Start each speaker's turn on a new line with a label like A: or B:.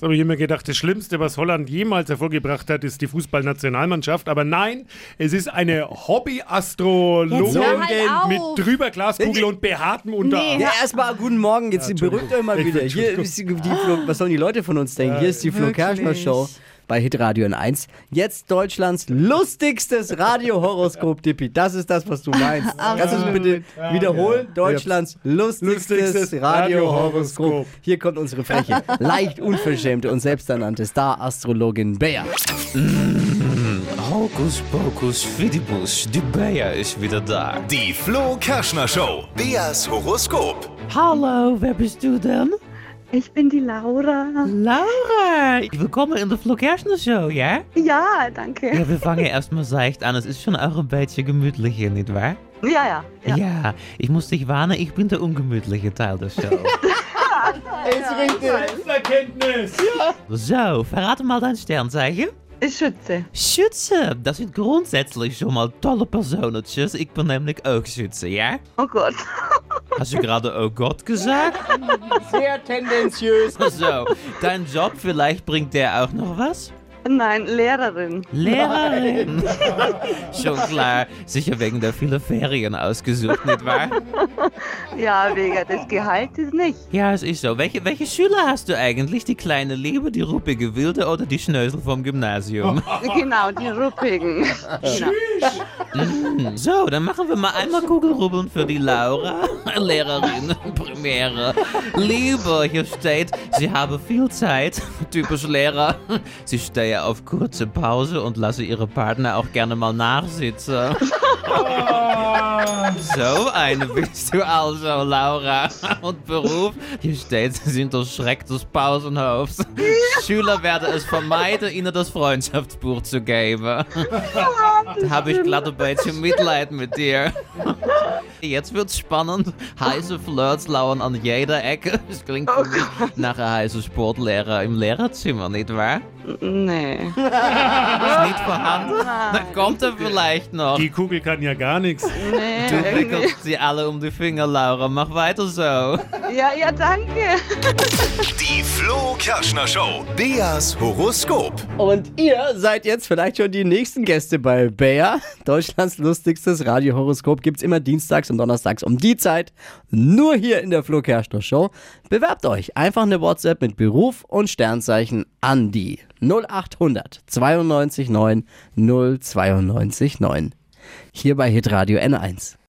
A: Jetzt habe ich immer gedacht, das Schlimmste, was Holland jemals hervorgebracht hat, ist die Fußballnationalmannschaft. Aber nein, es ist eine
B: Jetzt
A: Hobby-Astrologin
B: hör halt auf.
A: mit drüber Glaskugel und behaartem Unterarm.
C: Ja, erstmal guten Morgen. Jetzt berühmt euch mal
A: Ich-
C: wieder. Hier
A: Entschuldigung.
C: ist die die Flo, was sollen die Leute von uns denken? Hier ist die Flo
B: wirklich.
C: Kerschner Show bei Hitradio N1. Jetzt Deutschlands lustigstes Radiohoroskop, Dippi. Das ist das, was du meinst. Kannst du es bitte wiederholen? Deutschlands lustigstes
A: Lustigstes
C: Radiohoroskop.
A: Radiohoroskop.
C: Hier kommt unsere freche, leicht unverschämte und selbsternannte Star-Astrologin Bea.
D: Hocus Pocus Fidibus, die Bea is weer daar.
E: Die Flo Kerschner Show. Beas Horoskop.
F: Hallo, wer bist du denn?
G: Ich bin die Laura.
F: Laura! Willkommen in de Flo Kerschner Show, ja?
G: Ja, danke.
F: Ja, we vangen erstmal seicht an. Es ist schon auch ein bisschen gemütlich hier, nietwaar?
G: Ja, ja.
F: Ja. ja, ich muss dich warnen, ich bin der ungemütliche Teil der Show.
A: Selbsterkenntnis.
F: so, verrate mal dein Stern, zeg je?
G: Ich schütze.
F: Schütze, dat sind grundsätzlich schon mal tolle Personetjes. Ik ben namelijk ook Schütze, ja?
G: Oh Gott.
F: Hast du gerade oh Gott gesagt?
C: Sehr tendenziös.
F: So, dein Job, vielleicht bringt der auch noch was?
G: Nein, Lehrerin.
F: Lehrerin. Schon klar. Sicher wegen der vielen Ferien ausgesucht, nicht wahr?
G: Ja, wegen des Gehaltes nicht.
F: Ja, es ist so. Welche, welche Schüler hast du eigentlich? Die kleine Liebe, die ruppige Wilde oder die Schnösel vom Gymnasium?
G: Genau, die Ruppigen. Genau.
F: So, dann machen wir mal einmal Kugelrubbeln für die Laura, Lehrerin, Premiere. Lieber, hier steht, Sie haben viel Zeit, typisch Lehrer. Sie stehen auf kurze Pause und lassen Ihre Partner auch gerne mal nachsitzen. So eine bist du also, Laura. Und Beruf, hier steht, Sie sind der Schreck des Pausenhofs. Schüler werden es vermeiden, Ihnen das Freundschaftsbuch zu geben. Habe ich glatt ein bisschen Mitleid mit dir. Jetzt wird's spannend. Heiße Flirts lauern an jeder Ecke. Es klingt für mich nach einem heißen Sportlehrer im Lehrerzimmer, nicht wahr?
G: Nee.
F: Ist nicht vorhanden. Dann kommt er vielleicht noch.
A: Die Kugel kann ja gar nichts.
G: Nee.
F: Du
G: irgendwie.
F: wickelst sie alle um die Finger, Laura. Mach weiter so.
G: Ja, ja, danke.
E: Die Flo Kerschner Show. Beas Horoskop.
C: Und ihr seid jetzt vielleicht schon die nächsten Gäste bei Bayer. Deutschlands lustigstes Radiohoroskop gibt's immer dienstags und donnerstags um die Zeit. Nur hier in der Flo Kerschner Show. Bewerbt euch einfach eine WhatsApp mit Beruf und Sternzeichen an die 0800 92 9 092 9. Hier bei Hitradio N1.